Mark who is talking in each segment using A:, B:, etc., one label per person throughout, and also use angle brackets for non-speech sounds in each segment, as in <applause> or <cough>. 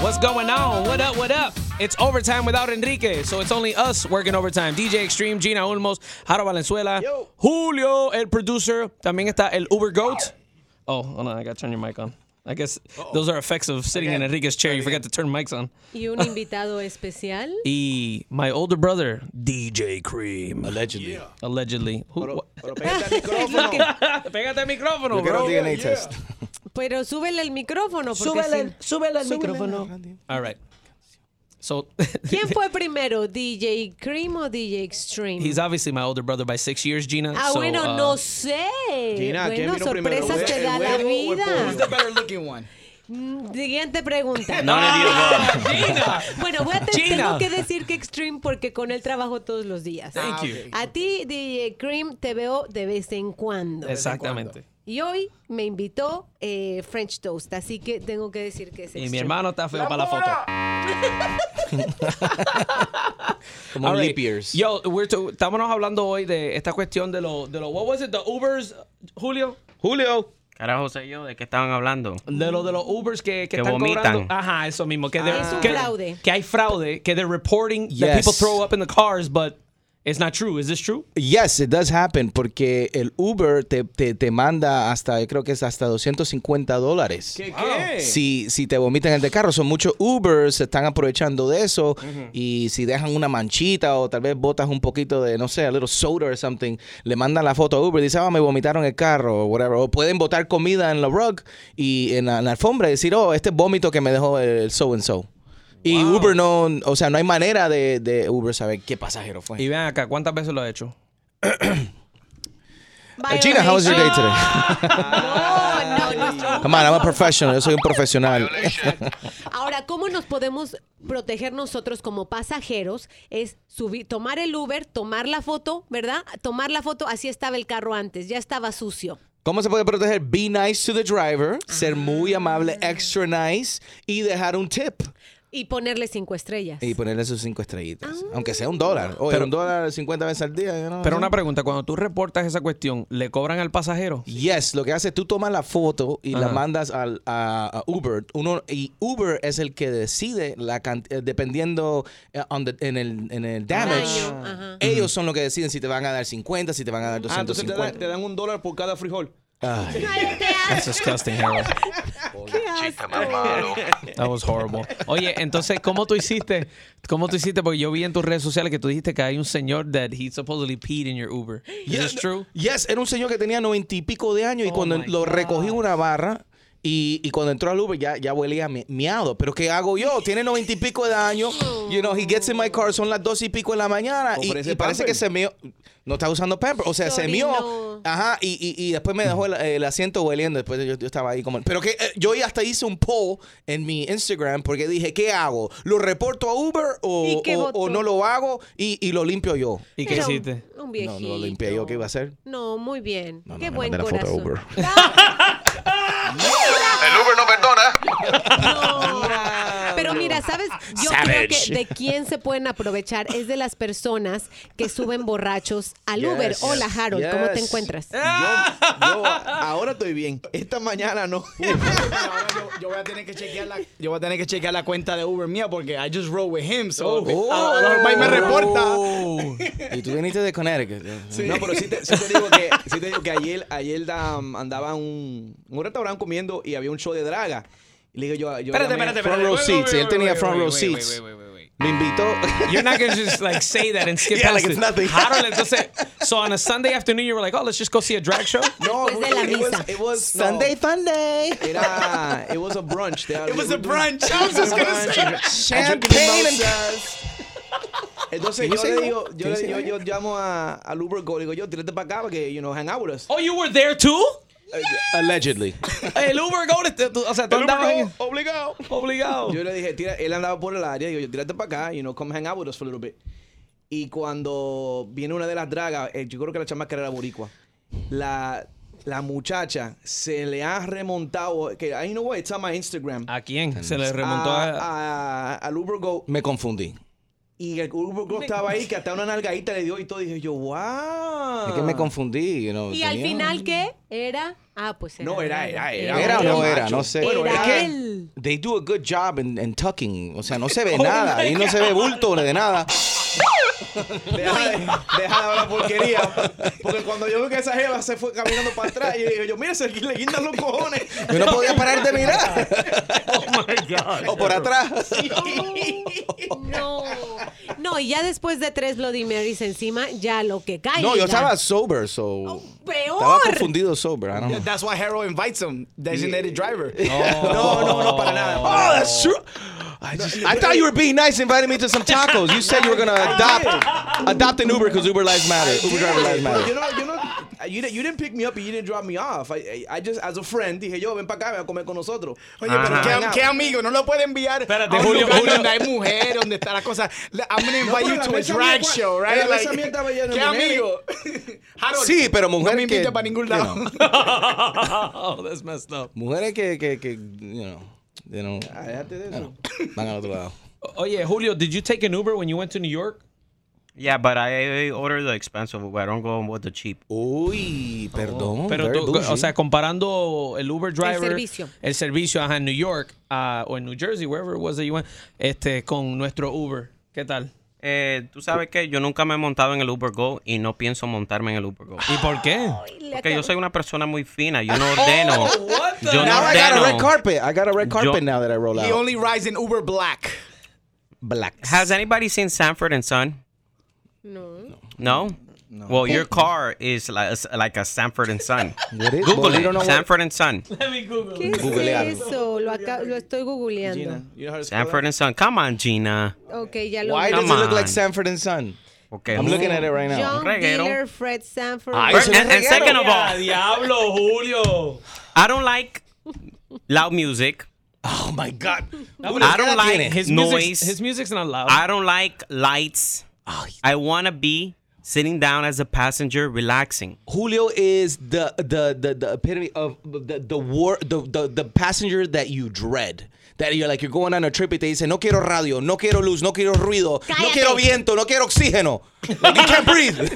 A: What's going on? What up? What up? It's overtime without Enrique, so it's only us working overtime. DJ Extreme, Gina Ulmos, Jaro Valenzuela, Julio, el producer. También está el Uber Goat. Oh, hold on, I gotta turn your mic on. I guess those are effects of sitting in Enrique's chair. You forgot to turn mics on. <laughs>
B: Y un invitado especial.
A: E, my older brother, DJ Cream,
C: Allegedly.
A: allegedly. Who, what?
C: Pero pégate al micrófono.
A: <laughs> Pégate al micrófono,
C: Quiero
A: bro.
C: DNA
D: Oh,
C: test.
B: Pero súbele el micrófono. Porque si-
A: súbele el micrófono. All right. So, <laughs>
B: ¿Quién fue primero, DJ Cream o DJ Extreme?
A: He's obviously my older brother by six years, Gina.
B: ah,
A: so,
B: bueno,
A: uh,
B: no sé.
C: Gina, ¿quién
B: bueno,
C: vino primero,
B: sorpresas
C: el
B: te da
C: huevo
B: la
C: o el pollo?
B: vida. Mm,
C: Who's the
E: better looking one.
B: Siguiente pregunta. Ah,
A: None of the above. <laughs> Gina.
B: Bueno, voy a te-
A: Gina.
B: tengo que decir que Extreme porque con él trabajo todos los días. Ah,
A: Thank you.
B: A ti, DJ Cream, te veo de vez en cuando.
A: Exactamente.
B: Y hoy me invitó eh, French Toast, así que tengo que decir que es
A: Y mi
B: Extreme.
A: hermano está feo para la foto.
C: Como
A: All
C: un
A: right.
C: leap years.
A: Yo, we're to- estábamos hablando hoy de esta cuestión de lo, de lo, what was it, the Ubers, Julio? Julio.
F: Carajo sé yo de qué estaban hablando.
A: De lo de los Ubers que, que,
F: Que
A: están
F: vomitan.
A: cobrando. Ajá, eso mismo. Que they're-
B: Ah. es un
A: que,
B: fraude.
A: Que hay fraude, que they're reporting that
C: Yes.
A: people throw up in the cars, but it's not true. Is this true?
E: Yes, it does happen porque el Uber te, te, te manda hasta, yo creo que es hasta 250 dólares.
C: ¿Qué, qué?
E: Si, si te vomitan en el carro, son muchos Ubers se están aprovechando de eso y si dejan una manchita o tal vez botas un poquito de, no sé, a little soda or something, le mandan la foto a Uber y dicen, ah, me vomitaron el carro o whatever. O pueden botar comida en la rug y en la, en la alfombra y decir, oh, este vómito que me dejó el so-and-so. Y Uber no, o sea, no hay manera de, de Uber saber qué pasajero fue.
A: Y vean acá, ¿cuántas veces lo ha hecho?
E: Uh, Gina, how was your day
B: Violation.
E: today?
B: Ah, No, no, nuestro
E: Come on, I'm a professional. Yo soy un profesional.
B: Ahora, ¿cómo nos podemos proteger nosotros como pasajeros? Es subir, tomar el Uber, tomar la foto, ¿verdad? Tomar la foto, así estaba el carro antes, ya estaba sucio.
E: ¿Cómo se puede proteger? Be nice to the driver, ser muy amable, extra nice y dejar un tip.
B: Y ponerle cinco estrellas.
E: Y ponerle sus cinco estrellitas, aunque sea un dólar. Oye, un dólar 50 veces al día. you know.
A: Pero una pregunta, cuando tú reportas esa cuestión, ¿le cobran al pasajero?
E: Yes, lo que hace es tú tomas la foto y la
A: Ajá.
E: mandas al, a, a Uber. Uno, y Uber es el que decide, la cant- eh, dependiendo eh, on the- en, el, en el damage,
B: Daño, ajá.
E: ellos son los que deciden si te van a dar 50, si te van a dar
C: Ah, entonces te, dan-
E: 250.
C: te dan un dólar por cada frijol.
E: Ay.
A: That's disgusting, Harold.
B: Qué asco.
A: That was horrible. <laughs> Oye, entonces, ¿cómo tú hiciste? ¿Cómo tú hiciste? Porque yo vi en tus redes sociales que tú dijiste que hay un señor that he supposedly peed in your Uber. Is
E: Yeah,
A: this
E: no-
A: true?
E: Yes, era un señor que tenía noventa y pico de
B: Oh
E: años y cuando
A: my
E: lo recogí en una barra y, y cuando entró al Uber ya, ya huelía mi- miado. Pero ¿qué hago yo? Tiene noventa y pico de años. You know, he gets in my car, son las dos y pico de la mañana y,
C: Ofrece
E: y parece
C: Pampers.
E: que se mió. No está usando pamper, o sea, se
B: Sorry,
E: mió.
B: no.
E: Ajá, y, y- y después me dejó el, el asiento hueliendo. Después yo, yo estaba ahí como. Pero que eh, yo hasta hice un poll en mi Instagram porque dije, ¿qué hago? ¿Lo reporto a Uber o,
B: ¿Y qué
E: o- o
B: votó?
E: no lo hago y, y lo limpio yo?
A: ¿Y qué
B: Era un-
A: hiciste?
B: Un viejito.
E: No, no lo limpié yo, ¿qué iba a hacer?
B: No, muy bien.
E: No, no,
B: Qué
E: me
B: buen
E: mandé la foto a
B: corazón.
E: Uber.
B: <laughs>
D: El Uber no perdona.
B: No. Pero mira, ¿sabes? Yo creo que de quién se pueden aprovechar es de las personas que suben borrachos al
E: Yes.
B: Uber. Hola, Harold, ¿cómo te
E: Yes.
B: encuentras?
C: Yo, yo ahora estoy bien. Esta mañana no.
G: yo, yo voy a tener que chequear la yo voy a tener que chequear la cuenta de Uber mía porque I just rode with him so
E: Oh.
G: a, a lo mejor va y me reporta
E: Y tú viniste de Connecticut.
C: No, pero sí te, sí te digo que, sí te digo que ayer, ayer um, andaba en un, en un restaurante comiendo y había un show de draga. Y le digo yo, yo llamé-
E: Front row seats. Él tenía front row seats. Me invitó.
C: <laughs>
A: You're not gonna just like say that and skip
E: Yeah,
A: past
E: like it's
A: it.
E: nothing.
A: Harold, entonces, so on a Sunday afternoon, you were like, oh, let's just go see a drag show.
C: No,
B: Después de la
C: it was-
B: misa.
C: it was- no.
E: Sunday Funday.
C: Era, it was a brunch. They-
G: it was
C: we
G: a
C: do-
G: brunch I was just gonna say
C: brunch,
E: Champagne and-
C: mimosas. <laughs>
E: Can
C: Entonces
E: you
C: yo
E: say
C: le
E: that?
C: digo,
E: Can
C: yo,
E: you
C: le-
E: say
C: yo,
E: that?
C: yo llamo a, a Uber Go, le digo, yo, tírate para acá para que, you know, hang out with <laughs> us.
A: Oh, you were there too?
C: <laughs>
E: Allegedly.
A: El Uber Gold, este, tú- o sea, tú andabas en-
C: obligado.
A: obligado.
C: Yo le dije, tira, él andaba por el área, digo, yo, tírate para acá, you know, come hang out with us for a little bit. Y cuando viene una de las dragas, eh, yo creo que la chamaca era boricua, la, la muchacha se le ha remontado, que, I know what, it's on my Instagram.
A: ¿A quién? Se le remontó
E: Ah,
A: a...
C: a, a, al Uber Go
E: Me confundí.
C: y el Uber Go estaba ahí que hasta una nalgadita le dio y todo dije yo wow
E: Es que me confundí. you know,
B: Y al
E: tenía-
B: final, ¿qué? Era. Ah, pues era.
C: No, era-
B: era,
C: era-
E: ¿Era o no era?
C: macho.
E: No sé.
B: Era
E: Es que
B: él.
E: They do a good job in, in tucking. O sea, no <laughs> se ve
A: Oh
E: nada.
A: my
E: Ahí no se ve bulto ni de nada.
C: deja de, deja de hablar porquería porque cuando yo vi que esa jeva se fue caminando para atrás y dije yo mira se le guindan los cojones
E: Yo no podía parar
B: <laughs>
E: de mirar. O por atrás.
B: No. No, y ya después de tres Bloody Marys encima, ya lo que cae.
E: No, yo
B: ya.
E: estaba sober, so.
B: Oh, peor.
E: Estaba confundido sober. I don't know.
G: That's why Hero invites him, designated driver.
A: Oh.
C: no no no para nada
E: Oh, that's true. I, just, I thought you were being nice, inviting me to some tacos. You said you were gonna adopt adopt an Uber because Uber lives matter. Uber driver lives
C: Well, you
E: matter.
C: know, you know, you didn't, you didn't pick me up and you didn't drop me off. I, I, I just, as a friend, dije yo, ven para acá, ven a comer con nosotros.
G: Oye, pero
F: Ajá.
G: qué, qué amigo, no lo puede enviar
A: Espérate,
G: a un
A: Julio,
G: lugar
A: Julio.
G: donde hay mujeres, donde está la cosa. Le- I'm gonna
C: No,
G: invite
C: pero
G: you
C: la
G: to a
C: mesa
G: drag
C: mía, ¿cuál?
G: show, right?
C: La mesa mía estaba llena de
G: qué
C: mujeres. <laughs>
G: amigo. Harold,
E: Sí, pero mujeres
G: no me invita
E: que-
G: para ningún
E: you
G: lado.
E: know. <laughs>
A: Oh, that's messed up.
E: Mujeres que, que, que, you know, you know,
C: Ah, déjate de eso.
E: van al otro lado.
A: Oye, Julio, did you take an Uber when you went to New York?
F: Yeah, but I order the expensive Uber. I don't go with the cheap.
E: Uy, perdón.
A: Pero
E: very
A: tú,
E: bougie.
A: o sea, comparando el Uber driver,
B: servicio.
A: el servicio, ajá, en New York ah, o en New Jersey, wherever it was that you went, este, con nuestro Uber, ¿qué tal?
F: Eh, Tú sabes que yo nunca me he montado en el Uber Go y no pienso montarme en el Uber Go.
A: ¿Y por qué?
F: Porque yo soy una persona muy fina.
E: <laughs>
F: Yo
E: Oh,
F: no ordeno.
A: what the-
F: Yo no
E: now I got a red
F: ordeno.
E: carpet. I got a red carpet now that I roll
G: He
E: out.
G: only rides in Uber Black.
E: Blacks.
F: Has anybody seen Sanford and Son? No. No? Well, your car is like a, like a Sanford and <laughs> Son.
E: What is-
F: Google
E: well, you
F: it.
E: don't know what-
F: Sanford and <laughs> Son.
B: ¿Qué es
E: Googlealo.
B: eso? Lo, acá- lo estoy googleando.
C: You know how to spell
F: Sanford and Son. Come on, Gina.
B: Ok, ya lo
E: Why
B: vi.
E: does it
F: Come
E: look like
F: on.
E: Sanford and Son?
F: Okay.
E: I'm looking at it right now.
B: John
F: Reguero.
B: Dealer, Fred Sanford.
E: Ay,
F: First-
E: eso es
F: and, and
E: reguero.
F: second of all,
A: Diablo, Julio.
F: I don't like loud music.
E: Oh my God.
F: I don't like
A: His
F: noise.
A: music's, his music's not loud.
E: Ah,
F: I don't like lights. I want to be sitting down as a passenger, relaxing.
E: Julio is the the the, the epitome of the the war the, the the passenger that you dread. That you're like you're going on a trip y te dice no quiero radio, no quiero luz, no quiero ruido, no
B: Cállate.
E: quiero viento, no quiero oxígeno. Like, you can't breathe. <laughs>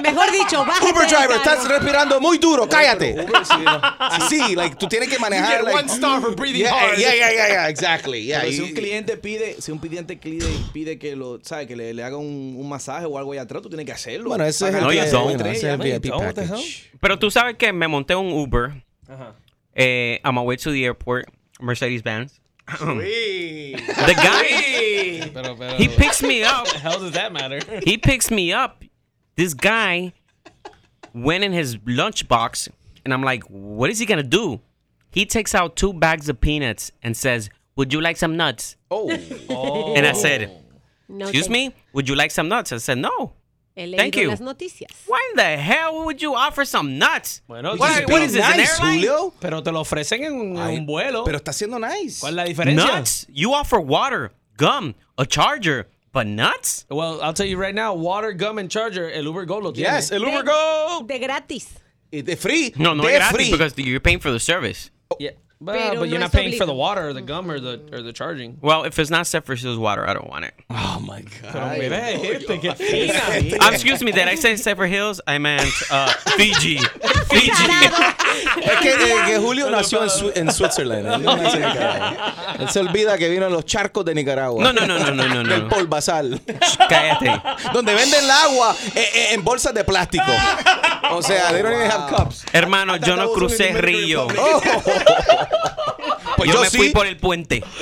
B: Mejor dicho, bájate.
E: Uber
B: del
E: driver,
B: carro.
E: estás respirando muy duro,
C: it.
E: cállate.
G: Pues
C: Uber, sí, no.
E: Así, like tú tienes que manejar.
G: Get
E: like-
G: one star for breathing
E: yeah,
G: hard.
E: yeah, yeah, yeah, yeah, exactly. Yeah.
C: Pero si un
E: you-
C: cliente pide, si un cliente pide, pide que lo, ¿sabes? Que le, le haga un, un masaje o algo allá atrás, tú tienes que hacerlo.
E: Bueno, eso es el
F: No, you
E: que-
F: don't.
E: bueno, ese es el
A: No, you
E: VIP
A: don't. What the
E: package.
F: Pero tú sabes que me monté un Uber eh, on my way to the airport, Mercedes Benz. the guy,
A: Pero, pero,
F: he picks me up.
A: hell does that
E: <laughs>
A: matter?
F: He picks me up. This guy went in his lunchbox, and I'm like, what is he gonna do? He takes out two bags of peanuts and says, "Would you like some nuts?" Oh. <laughs> And I said,
B: No,
F: "Excuse
B: thank-
F: me, would you like some nuts?" I said, "No."
B: He leído
F: Thank you.
B: las noticias.
F: Why in the hell would you offer some nuts?
A: Bueno,
F: What-
A: sí,
F: what
A: pero-
F: is this, an
E: Nice,
F: airline?
E: Julio.
A: Pero te lo ofrecen en un, en
E: Ay,
A: un vuelo.
E: Pero está siendo nice.
A: ¿Cuál es la diferencia?
F: Nuts? You offer water, gum, a charger, but nuts?
A: Well, I'll tell you right now, water, gum, and charger, el Uber Gold lo tiene.
E: Yes, el
B: De-
E: Uber
A: Oh.
E: Go.
B: De gratis.
E: De free.
F: No, no,
E: de
F: gratis
E: free.
F: because you're paying for the service.
A: Yeah. But,
B: Pero
A: but you're
B: no
A: not
B: es
A: paying for the
B: obligatorio.
A: water or the gum or the, or the charging.
F: Well, if it's not set for sales water, I don't want it.
E: Oh my God.
A: Bebé, este, qué fina.
F: Um, excuse me, did I say Cypher Hills? I meant uh, Fiji. Fiji.
E: Es que, eh, que Julio nació en, Swi- en Switzerland. Él, no
F: <laughs>
E: nació en Nicaragua. Él se olvida que vino en los charcos de Nicaragua.
F: No, no, no, no, no, no,
E: Del
F: no.
E: polvazal.
F: Cállate.
E: donde venden el agua eh, eh, en bolsas de plástico. O sea, they don't even have cups.
F: Hermano, yo no
C: Estados
F: crucé río.
C: Unidos, Dominican Republic.
E: Oh. Pues
F: <laughs> Yo
E: yo,
F: me
E: sí.
F: fui por el puente.
E: It's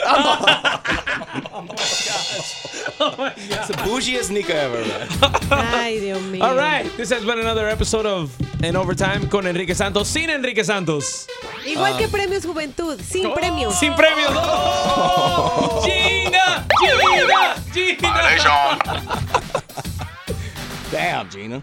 E: the bougiest nika ever, man.
B: Ay, Dios mío.
A: All right, this has been another episode of En Overtime con Enrique Santos, sin Enrique Santos.
B: Igual que Premios Juventud, sin premios.
A: Sin premios. ¡Oh! Gina, Gina, Gina.
E: Damn, Gina.